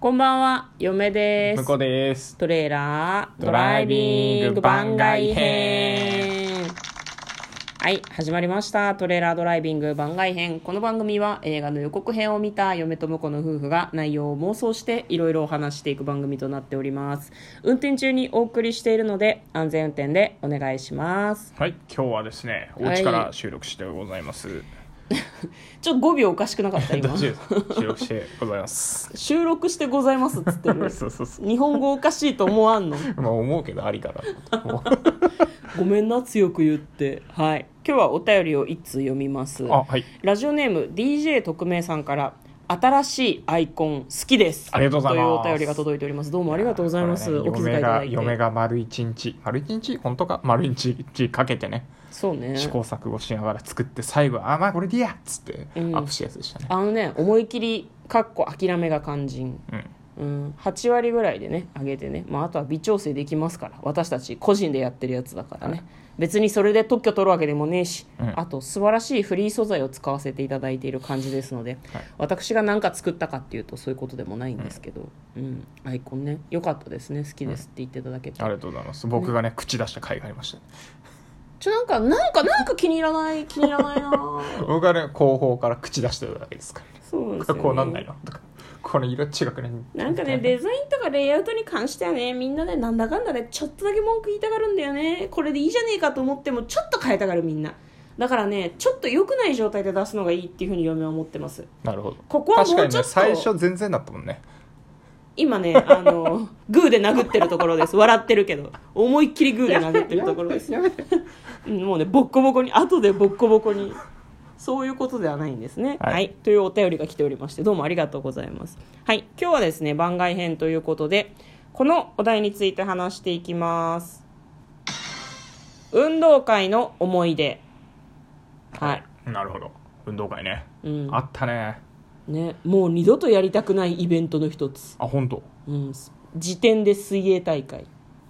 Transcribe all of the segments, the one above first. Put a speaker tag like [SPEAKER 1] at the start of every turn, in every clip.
[SPEAKER 1] こんばんは、嫁で
[SPEAKER 2] 向
[SPEAKER 1] す
[SPEAKER 2] こ。うです。
[SPEAKER 1] トレーラード
[SPEAKER 2] ド
[SPEAKER 1] ラ
[SPEAKER 2] ラ
[SPEAKER 1] イ
[SPEAKER 2] イ
[SPEAKER 1] ビ
[SPEAKER 2] ビ
[SPEAKER 1] ン
[SPEAKER 2] ン
[SPEAKER 1] グ
[SPEAKER 2] グ
[SPEAKER 1] 番
[SPEAKER 2] 番
[SPEAKER 1] 外編
[SPEAKER 2] 外編。
[SPEAKER 1] はい、始まりました。トレーラードライビング番外編。この番組は映画の予告編を見た嫁と婿の夫婦が内容を妄想していろいろお話していく番組となっております。運転中にお送りしているので安全運転でお願いします。
[SPEAKER 2] はい、今日はですね、お
[SPEAKER 1] はい
[SPEAKER 2] 家から収録してございます。
[SPEAKER 1] ちょっと語尾おかしくなかった
[SPEAKER 2] 大丈
[SPEAKER 1] 今
[SPEAKER 2] 夫。です収録してござ います。。
[SPEAKER 1] 収録してございますっつってる
[SPEAKER 2] そうそうそ
[SPEAKER 1] 日本語おかしいと思わんの
[SPEAKER 2] う。まあ思うけどありか な。も
[SPEAKER 1] ごめんな強く言ってはい今日はお便りを一通読みます
[SPEAKER 2] うあ、はい。
[SPEAKER 1] ラジオネーム DJ 特命さんから新しいアイコン好きです
[SPEAKER 2] ありがとうございます
[SPEAKER 1] というお便りが届いておりますどうもありがとうございます、
[SPEAKER 2] これね
[SPEAKER 1] お気遣いい
[SPEAKER 2] 嫁
[SPEAKER 1] ただ
[SPEAKER 2] が
[SPEAKER 1] い
[SPEAKER 2] 嫁
[SPEAKER 1] て
[SPEAKER 2] が丸一日、丸一日本当か丸一日かけてね、
[SPEAKER 1] そうね
[SPEAKER 2] 試行錯誤しながら作って最後あまあこれでいいやっつってア
[SPEAKER 1] うん
[SPEAKER 2] ップしたやつでしたね。
[SPEAKER 1] あのね思い切りかっこ諦めが肝心
[SPEAKER 2] うん。
[SPEAKER 1] うん、8割ぐらいでね上げてね、まあ、あとは微調整できますから私たち個人でやってるやつだからね、別にそれで特許取るわけでもねえし、
[SPEAKER 2] うん
[SPEAKER 1] あと素晴らしいフリー素材を使わせていただいている感じですので、
[SPEAKER 2] はい
[SPEAKER 1] 私が何か作ったかっていうとそういうことでもないんですけど、うんアイコンね良かったですね好きですって言っていただけて、
[SPEAKER 2] ありがとうございます。僕がね口出した回がありました。
[SPEAKER 1] ちょなんかなんかなんか気に入らない気に入らないな ぁ
[SPEAKER 2] 僕はね後方から口出してるだけですから。
[SPEAKER 1] そうなんですよ、ね、
[SPEAKER 2] こうなんないのとかこの色違くね
[SPEAKER 1] なんかねデザインとかレイアウトに関してはねみんなねなんだかんだねちょっとだけ文句言いたがるんだよねこれでいいじゃねえかと思ってもちょっと変えたがるみんなだからねちょっと良くない状態で出すのがいいっていうふうに嫁は思ってます
[SPEAKER 2] なるほど
[SPEAKER 1] ここはもう
[SPEAKER 2] 確かに
[SPEAKER 1] ちょっ
[SPEAKER 2] ね
[SPEAKER 1] と
[SPEAKER 2] 最初全然だったもんね
[SPEAKER 1] 今ねあのグーで殴ってるところです笑ってるけど思いっきりグーで殴ってるところです
[SPEAKER 2] やめて
[SPEAKER 1] うんもうねボッコボコに後でボッコボコにそういうことではないんですね、は
[SPEAKER 2] はいい
[SPEAKER 1] というお便りが来ておりましてどうもありがとうございますはい今日はですね番外編ということでこのお題について話していきます運動会の思い出はい、
[SPEAKER 2] なるほど運動会ね
[SPEAKER 1] うん
[SPEAKER 2] あったね
[SPEAKER 1] ね、もう二度とやりたくないイベントの一つ、
[SPEAKER 2] あ本当
[SPEAKER 1] うん、時点で水泳大会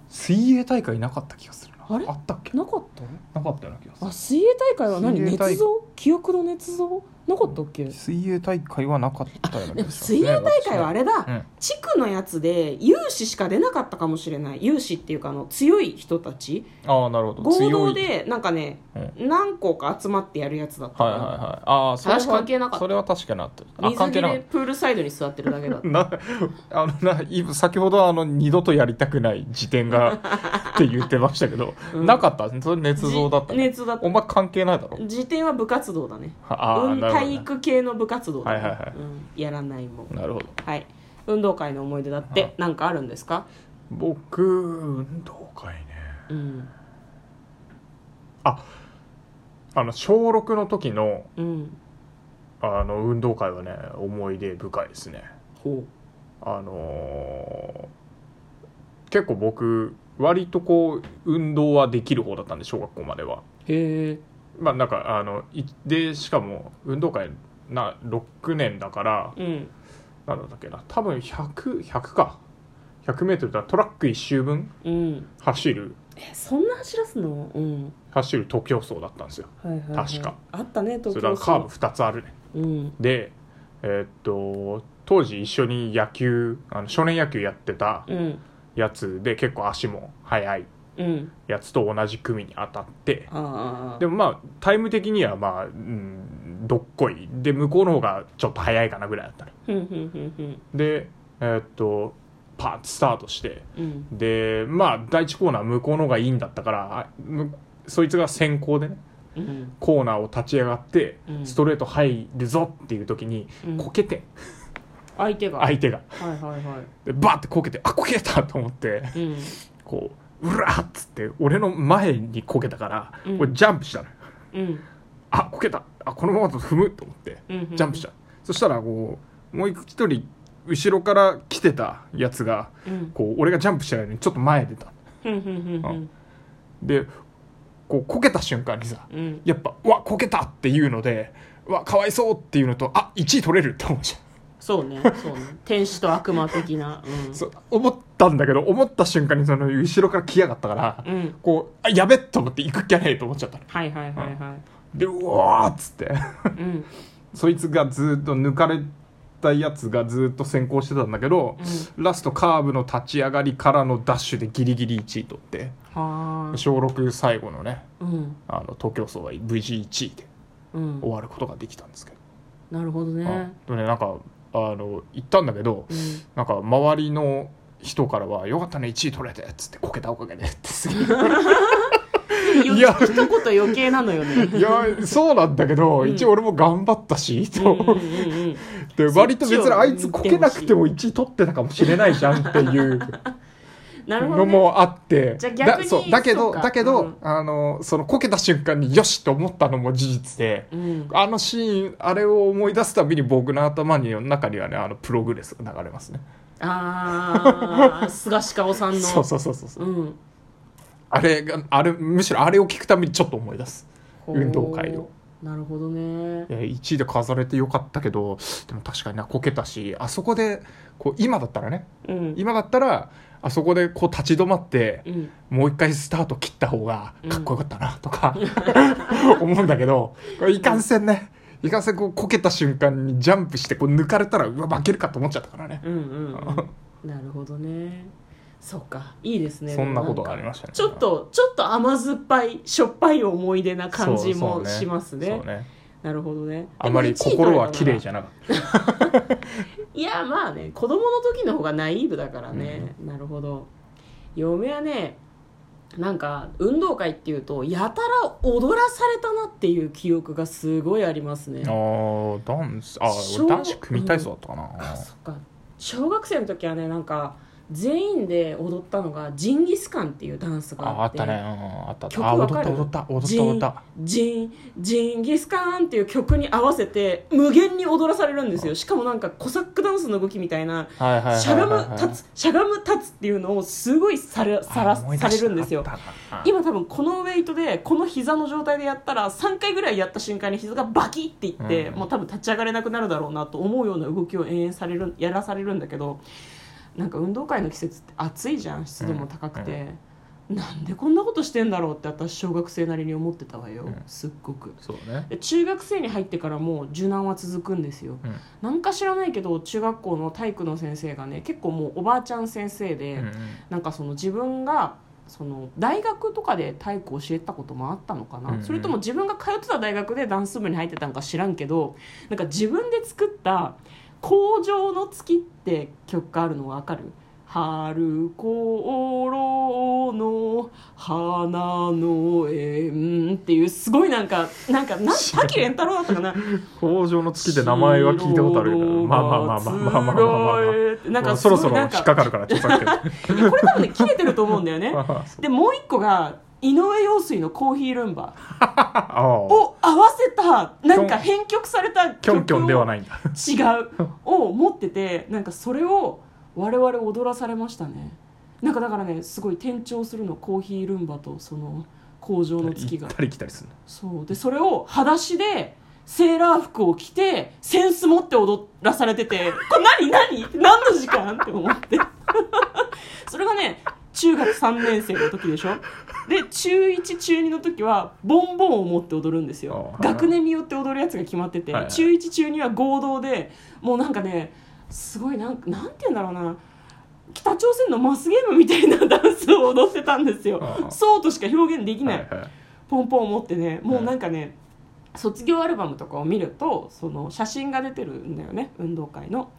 [SPEAKER 2] 水泳大会なかった気がするな
[SPEAKER 1] あれ
[SPEAKER 2] ったっけ
[SPEAKER 1] なかった
[SPEAKER 2] なかったような気がす
[SPEAKER 1] あ水泳大会は何
[SPEAKER 2] 水泳大会
[SPEAKER 1] 捏造記憶の捏造なかったっけ、
[SPEAKER 2] る水泳大会はなかったような気
[SPEAKER 1] で
[SPEAKER 2] が
[SPEAKER 1] も
[SPEAKER 2] する
[SPEAKER 1] 水泳大会はあれだ、
[SPEAKER 2] うん
[SPEAKER 1] 地区のやつで有志しか出なかったかもしれない有志っていうかあの強い人たち
[SPEAKER 2] ああなるほど
[SPEAKER 1] 合同
[SPEAKER 2] 強い
[SPEAKER 1] でなんかね、何個か集まってやるやつだったか
[SPEAKER 2] はい
[SPEAKER 1] ら
[SPEAKER 2] はいはいああそれは
[SPEAKER 1] 話関係なかった
[SPEAKER 2] それは確かにあったあ
[SPEAKER 1] 水
[SPEAKER 2] 関
[SPEAKER 1] 着
[SPEAKER 2] 係なかっ
[SPEAKER 1] でプールサイドに座ってるだけだった
[SPEAKER 2] たなあのない先ほどあの二度とやりたくない時 点がって言ってましたけど、
[SPEAKER 1] うん
[SPEAKER 2] なかったそれ捏造だったね
[SPEAKER 1] 熱だった
[SPEAKER 2] お前関係ないだろ
[SPEAKER 1] 辞典は部活動だね
[SPEAKER 2] あー
[SPEAKER 1] うん
[SPEAKER 2] なるほど
[SPEAKER 1] 体育系の部活動だね、
[SPEAKER 2] はいはいはい
[SPEAKER 1] うん、やらないもん
[SPEAKER 2] なるほど
[SPEAKER 1] はい運動会の思い出だって何かあるんですか
[SPEAKER 2] 僕運動会ね
[SPEAKER 1] うん
[SPEAKER 2] あの小6の時の
[SPEAKER 1] うん
[SPEAKER 2] あの運動会はね思い出深いですね
[SPEAKER 1] ほ
[SPEAKER 2] あのー結構僕割とこう運動はできる方だったんで小学校までは
[SPEAKER 1] うへえ
[SPEAKER 2] まあなんかあのいでしかも運動会な6年だから
[SPEAKER 1] うん
[SPEAKER 2] なんだっけな多分100100か 100m だトラック1周分
[SPEAKER 1] うん
[SPEAKER 2] 走る
[SPEAKER 1] えそんな走らすのうん
[SPEAKER 2] 走る徒競走だったんですよ
[SPEAKER 1] はいはいはい
[SPEAKER 2] 確か
[SPEAKER 1] あったね東
[SPEAKER 2] そ
[SPEAKER 1] 京
[SPEAKER 2] れからカーブ2つあるね
[SPEAKER 1] ブうん
[SPEAKER 2] でえーっと当時一緒に野球あの少年野球やってた
[SPEAKER 1] うん
[SPEAKER 2] やつで結構足も速い
[SPEAKER 1] うん
[SPEAKER 2] やつと同じ組に当たって
[SPEAKER 1] ああ
[SPEAKER 2] でもまあタイム的にはまあ、うん、どっこいで向こうの方がちょっと速いかなぐらいだったの
[SPEAKER 1] ふんふんふんふん
[SPEAKER 2] でえーっとパーッとスタートして
[SPEAKER 1] うん
[SPEAKER 2] でまあ第1コーナー向こうの方がいいんだったからあむそいつが先行でね
[SPEAKER 1] うん
[SPEAKER 2] コーナーを立ち上がって、
[SPEAKER 1] うん
[SPEAKER 2] ストレート入るぞっていう時に、
[SPEAKER 1] うん
[SPEAKER 2] こけて
[SPEAKER 1] 相手が
[SPEAKER 2] 相手が
[SPEAKER 1] はいはいは
[SPEAKER 2] でバーってこけてあこけたと思って
[SPEAKER 1] いうん
[SPEAKER 2] こううらーっつって俺の前にこけたから、
[SPEAKER 1] うん
[SPEAKER 2] 俺ジャンプしたのよ
[SPEAKER 1] うん
[SPEAKER 2] あこけたあこのままだと踏むと思って
[SPEAKER 1] うんうん
[SPEAKER 2] ジャンプした、そしたらこうもう一人後ろから来てたやつが
[SPEAKER 1] うん
[SPEAKER 2] こう俺がジャンプしてないのにちょっと前出た
[SPEAKER 1] ふんふんふんふん
[SPEAKER 2] でこうこけた瞬間にさ
[SPEAKER 1] うん
[SPEAKER 2] やっぱうわこけたっていうのでうわかわいそうっていうのとあ1位取れるって思っちゃ
[SPEAKER 1] そうねそうね天使と悪魔的なうん
[SPEAKER 2] うそう思ったんだけど思った瞬間にその後ろから来やがったから、
[SPEAKER 1] うん
[SPEAKER 2] こうあやべっと思って行くっきゃねえと思っちゃったの
[SPEAKER 1] はいはいはいは
[SPEAKER 2] でうわーっつって
[SPEAKER 1] いうん
[SPEAKER 2] そいつがずっと抜かれったやつがずっと先行してたんだけど、ラストカーブの立ち上がりからのダッシュでギリギリ1位取って
[SPEAKER 1] はあ
[SPEAKER 2] 小6最後のね
[SPEAKER 1] うん
[SPEAKER 2] あの東京総は無事1位で
[SPEAKER 1] うん
[SPEAKER 2] 終わることができたんですけど、
[SPEAKER 1] なるほど
[SPEAKER 2] あ
[SPEAKER 1] ね
[SPEAKER 2] でもねなんかあの行ったんだけど
[SPEAKER 1] うん
[SPEAKER 2] なんか周りの人からは「よかったね1位取れて」っつってこけたおかげでって すげえいや
[SPEAKER 1] 一言余計なのよ ね
[SPEAKER 2] いやそうなんだけど、
[SPEAKER 1] うん
[SPEAKER 2] 一応俺も頑張ったし
[SPEAKER 1] うんう
[SPEAKER 2] と
[SPEAKER 1] んうんうん
[SPEAKER 2] で割と別にあいつこけなくても
[SPEAKER 1] そ
[SPEAKER 2] 1位取ってたかもしれないじゃんっていう
[SPEAKER 1] なるほど
[SPEAKER 2] の
[SPEAKER 1] ね
[SPEAKER 2] もあって
[SPEAKER 1] じゃあ逆に
[SPEAKER 2] だそうだけ
[SPEAKER 1] そう
[SPEAKER 2] ど
[SPEAKER 1] か
[SPEAKER 2] だけど、
[SPEAKER 1] うん
[SPEAKER 2] あのそのこけた瞬間によしと思ったのも事実で。
[SPEAKER 1] うん
[SPEAKER 2] あのシーンあれを思い出すたびに僕の頭の中にはねあのプログレスが流れますね
[SPEAKER 1] ああ菅氏かおさんの
[SPEAKER 2] そうそうそうそうそう
[SPEAKER 1] うん
[SPEAKER 2] あれがあれむしろあれを聞くためにちょっと思い出す運動会を
[SPEAKER 1] なるほどね
[SPEAKER 2] いや1位で飾れてよかったけどでも確かになこけたしあそこでこう今だったらね
[SPEAKER 1] うん
[SPEAKER 2] 今だったらあそこでこう立ち止まって
[SPEAKER 1] うん
[SPEAKER 2] もう一回スタート切った方がかっこよかったなとか、 思うんだけどこれいかんせんねいかんせんこうこけた瞬間にジャンプしてこう抜かれたらうわ負けるかと思っちゃったからね
[SPEAKER 1] うんうん うんなるほどねそっかいいですね
[SPEAKER 2] そんなこと
[SPEAKER 1] でも
[SPEAKER 2] があり
[SPEAKER 1] んか
[SPEAKER 2] ましたね
[SPEAKER 1] ちょっとちょっと甘酸っぱいしょっぱい思い出な感じ
[SPEAKER 2] そうそう
[SPEAKER 1] もしますね
[SPEAKER 2] そうね
[SPEAKER 1] なるほどね
[SPEAKER 2] あまり心は綺麗じ
[SPEAKER 1] ゃ
[SPEAKER 2] ゃなかっ
[SPEAKER 1] いやまあね子供の時の方がナイーブだからね、なるほど嫁はねなんか運動会っていうとやたら踊らされたなっていう記憶がすごいありますね
[SPEAKER 2] たあーダンスあー
[SPEAKER 1] 小
[SPEAKER 2] 俺男子組体操だったかな、
[SPEAKER 1] あそっか小学生の時はねなんか全員で踊ったのがジンギスカンっていうダンスが
[SPEAKER 2] あ
[SPEAKER 1] あ
[SPEAKER 2] あ
[SPEAKER 1] っ
[SPEAKER 2] ってたね、うん、あったあった
[SPEAKER 1] 曲
[SPEAKER 2] あ
[SPEAKER 1] わ
[SPEAKER 2] 踊
[SPEAKER 1] か
[SPEAKER 2] っ
[SPEAKER 1] る
[SPEAKER 2] た踊った踊った踊った
[SPEAKER 1] ジンジンギスカンっていう曲に合わせて無限に踊らされるんですよしかもなんかコサックダンスの動きみたいな
[SPEAKER 2] はいはいはいはいはい
[SPEAKER 1] しゃがむ立つしゃがむ立つっていうのをすごいされさら
[SPEAKER 2] あ思い出
[SPEAKER 1] さ
[SPEAKER 2] した
[SPEAKER 1] れるんですよ
[SPEAKER 2] あったあった
[SPEAKER 1] 今多分このウェイトでこの膝の状態でやったら3回ぐらいやった瞬間に膝がバキっていって、
[SPEAKER 2] うん
[SPEAKER 1] もう多分立ち上がれなくなるだろうなと思うような動きを延々されるやらされるんだけどなんか運動会の季節って暑いじゃん湿度も高くて、なんでこんなことしてんだろうって私小学生なりに思ってたわよ、
[SPEAKER 2] うん
[SPEAKER 1] すっごく。
[SPEAKER 2] そうね
[SPEAKER 1] で中学生に入ってからもう柔軟は続くんですよ、
[SPEAKER 2] うん
[SPEAKER 1] なんか知らないけど中学校の体育の先生がね結構もうおばあちゃん先生で、
[SPEAKER 2] うん
[SPEAKER 1] なんかその自分がその大学とかで体育を教えてたこともあったのかな、
[SPEAKER 2] うんうん
[SPEAKER 1] それとも自分が通ってた大学でダンス部に入ってたのか知らんけどなんか自分で作った「工場の月」って曲があるのわかる春頃の花の縁っていうすごいなんかなんかなん滝蓮太郎だったかな
[SPEAKER 2] 工場の月って名前は聞いたことあるけどまあまあまあまあまあまあまあまあまあ
[SPEAKER 1] なんかす
[SPEAKER 2] そ
[SPEAKER 1] ご
[SPEAKER 2] ろ
[SPEAKER 1] い
[SPEAKER 2] そろ
[SPEAKER 1] な
[SPEAKER 2] 引
[SPEAKER 1] ん
[SPEAKER 2] っか
[SPEAKER 1] か
[SPEAKER 2] かるから著作権
[SPEAKER 1] これ多分ね切れてると思うんだよね
[SPEAKER 2] ああそう
[SPEAKER 1] でもう一個が井上陽水の「コーヒールンバ
[SPEAKER 2] あ」あ
[SPEAKER 1] を合わせたなんか編曲された
[SPEAKER 2] キョンキョンではないいんだ
[SPEAKER 1] 違うを持っててなんかそれを我々踊らされましたねなんかだからねすごい転調するのコーヒールンバとその工場の月
[SPEAKER 2] 行
[SPEAKER 1] が
[SPEAKER 2] ったり来たりするの
[SPEAKER 1] そうでそれを裸足でセーラー服を着てセンス持って踊らされててこれ何何何の時間って思って それがね中学3年生の時でしょで中1中2の時はボンボンを持って踊るんですよ
[SPEAKER 2] あー
[SPEAKER 1] 学年によって踊るやつが決まってて、
[SPEAKER 2] はいはい
[SPEAKER 1] 中1中2は合同でもうなんかねすごいなんなんて言うんだろうな北朝鮮のマスゲームみたいなダンスを踊ってたんですよ
[SPEAKER 2] あー
[SPEAKER 1] そうとしか表現できない、
[SPEAKER 2] はいはい
[SPEAKER 1] ポンポン持ってねもうなんかね、卒業アルバムとかを見るとその写真が出てるんだよね運動会の。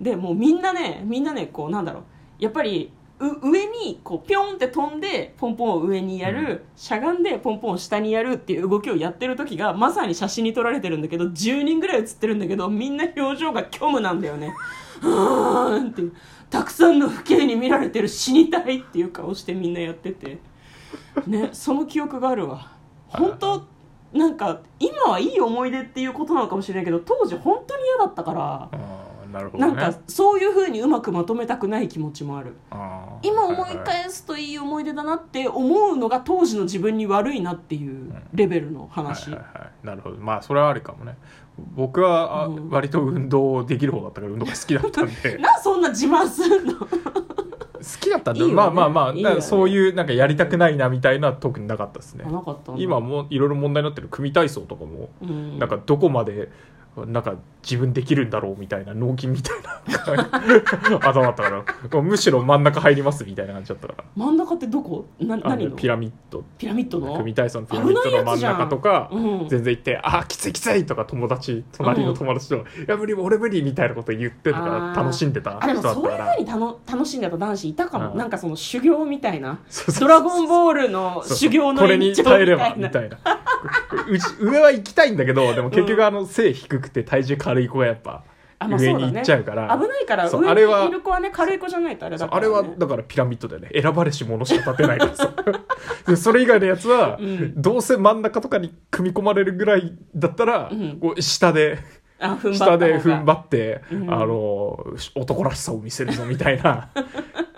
[SPEAKER 1] でもうみんなねみんなねこうなんだろうやっぱりう上にこうピョンって飛んでポンポンを上にやる、
[SPEAKER 2] うん
[SPEAKER 1] しゃがんでポンポンを下にやるっていう動きをやってる時がまさに写真に撮られてるんだけど10人ぐらい写ってるんだけどみんな表情が虚無なんだよね。 うーんっていうたくさんの父兄に見られてる死にたいっていう顔してみんなやってて。ね、その記憶があるわ本当なんか今はいい思い出っていうことなのかもしれないけど当時本当に嫌だったから、
[SPEAKER 2] ああなるほど
[SPEAKER 1] な
[SPEAKER 2] ね
[SPEAKER 1] んかそういうふうにうまくまとめたくない気持ちもある
[SPEAKER 2] ああ
[SPEAKER 1] 今
[SPEAKER 2] はい
[SPEAKER 1] 思
[SPEAKER 2] はい
[SPEAKER 1] い返すといい思い出だなって思うのが当時の自分に悪いなっていうレベルの話、
[SPEAKER 2] はいはいはい、なるほどまあそれはありかもね僕はあ
[SPEAKER 1] うん
[SPEAKER 2] 割と運動できる方だったから運動が好きだった んで好
[SPEAKER 1] なそんな自慢するの
[SPEAKER 2] きだったんで
[SPEAKER 1] いいよね
[SPEAKER 2] まあまあまあ
[SPEAKER 1] いいよね
[SPEAKER 2] なんかそういうなんかやりたくないなみたいな特になかったですね
[SPEAKER 1] あなかったんだ
[SPEAKER 2] 今もいろいろ問題になってる組体操とかも
[SPEAKER 1] うん
[SPEAKER 2] なんかどこまでなんか自分できるんだろうみたいな脳筋みたい な頭だったからむしろ真ん中入りますみたいな感じだったから
[SPEAKER 1] 真ん中ってどこな
[SPEAKER 2] あ
[SPEAKER 1] 何
[SPEAKER 2] の
[SPEAKER 1] の
[SPEAKER 2] ピラミッド
[SPEAKER 1] ピラミッドの
[SPEAKER 2] 組体操のピラミッドの真ん中とか
[SPEAKER 1] うん
[SPEAKER 2] 全然行って「あーきついきつい!」とか友達隣の友達と「いや無理俺無理」みたいなこと言ってとか
[SPEAKER 1] あー
[SPEAKER 2] 楽しんでた
[SPEAKER 1] あで
[SPEAKER 2] 人
[SPEAKER 1] も
[SPEAKER 2] だった
[SPEAKER 1] そう
[SPEAKER 2] か
[SPEAKER 1] いう
[SPEAKER 2] ら
[SPEAKER 1] ふうにたの楽しんでた男子いたかも、
[SPEAKER 2] うん
[SPEAKER 1] なんかその修行みたいな
[SPEAKER 2] そうそ う
[SPEAKER 1] ドラゴンボールの
[SPEAKER 2] そうそう
[SPEAKER 1] 修行
[SPEAKER 2] こ
[SPEAKER 1] の
[SPEAKER 2] れ
[SPEAKER 1] 延
[SPEAKER 2] に
[SPEAKER 1] 長み
[SPEAKER 2] 耐えれ
[SPEAKER 1] た
[SPEAKER 2] ば
[SPEAKER 1] い
[SPEAKER 2] み
[SPEAKER 1] な
[SPEAKER 2] たいなうち上は行きたいんだけどでも結局あの背低くて体重軽い子がやっぱ
[SPEAKER 1] あまあ
[SPEAKER 2] 上
[SPEAKER 1] そうだ
[SPEAKER 2] に
[SPEAKER 1] ね
[SPEAKER 2] 行っちゃうから
[SPEAKER 1] 危ないから
[SPEAKER 2] そうあれ
[SPEAKER 1] 上
[SPEAKER 2] は
[SPEAKER 1] にいる子はね軽い子じゃないとあれ
[SPEAKER 2] そ
[SPEAKER 1] だ
[SPEAKER 2] う
[SPEAKER 1] か
[SPEAKER 2] あ
[SPEAKER 1] ら、ね、
[SPEAKER 2] れはだからピラミッドだよね選ばれし者しか立てないからさでそれ以外のやつは、
[SPEAKER 1] うん
[SPEAKER 2] どうせ真ん中とかに組み込まれるぐらいだったら、
[SPEAKER 1] うん
[SPEAKER 2] こう下で
[SPEAKER 1] あ踏ん張った
[SPEAKER 2] 下で踏ん張って、
[SPEAKER 1] うん
[SPEAKER 2] あの男らしさを見せるぞみた いな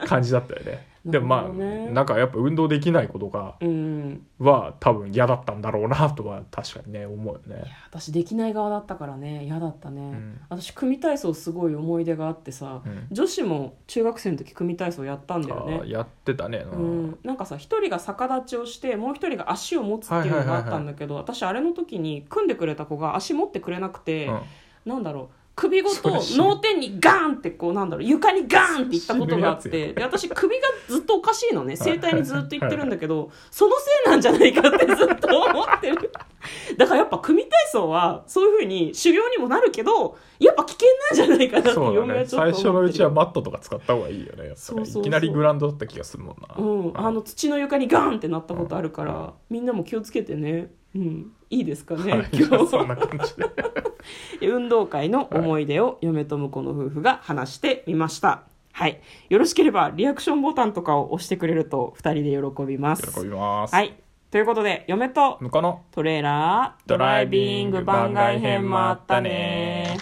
[SPEAKER 2] 感じだったよね。でもま
[SPEAKER 1] な
[SPEAKER 2] あ
[SPEAKER 1] るほどね
[SPEAKER 2] なんかやっぱ運動できないことが
[SPEAKER 1] うん
[SPEAKER 2] は多分嫌だったんだろうなとは確かにね思うよ
[SPEAKER 1] いや
[SPEAKER 2] ね。
[SPEAKER 1] 私できない側だったからね嫌だったね、
[SPEAKER 2] ん
[SPEAKER 1] 私組体操すごい思い出があってさ、
[SPEAKER 2] うん
[SPEAKER 1] 女子も中学生の時組体操やったんだよね
[SPEAKER 2] あーやってたね。う
[SPEAKER 1] うんん、なんかさ一人が逆立ちをしてもう一人が足を持つっていうのがあったんだけど、私あれの時に組んでくれた子が足持ってくれなくて、
[SPEAKER 2] うん
[SPEAKER 1] なんだろう首ご
[SPEAKER 2] そ
[SPEAKER 1] と
[SPEAKER 2] れ死ぬ
[SPEAKER 1] 脳天にガーンってこうなんだろう床にガーンっていったことがあっ
[SPEAKER 2] 死ぬやつ
[SPEAKER 1] て
[SPEAKER 2] や
[SPEAKER 1] で私首がずっとおかしいのね
[SPEAKER 2] はい
[SPEAKER 1] 整体にずっと行ってるんだけどそのせいなんじゃないかってずっと思ってる だからやっぱ組体操はそういうふうに修行にもなるけどやっぱ危険なんじゃないかなって
[SPEAKER 2] そうだ
[SPEAKER 1] 嫁は
[SPEAKER 2] ね
[SPEAKER 1] ちょっと思って
[SPEAKER 2] 最
[SPEAKER 1] る
[SPEAKER 2] 初のうちはマットとか使った方がいいよねやっぱり
[SPEAKER 1] そうそうそう
[SPEAKER 2] いきなりグラウンドだった気がするもんな、
[SPEAKER 1] うん、あの土の床にガーンってなったことあるから、
[SPEAKER 2] うん
[SPEAKER 1] みんなも気をつけてね、うん、いいですかね、
[SPEAKER 2] はい
[SPEAKER 1] 今日
[SPEAKER 2] そん
[SPEAKER 1] は
[SPEAKER 2] な感じで
[SPEAKER 1] 運動会の思い出を嫁と婿の夫婦が話してみましたはいよろしければリアクションボタンとかを押してくれると2人で喜びます
[SPEAKER 2] 喜びます、
[SPEAKER 1] はいということで嫁と
[SPEAKER 2] 向こうの
[SPEAKER 1] トレーラードライビング番外編もあったね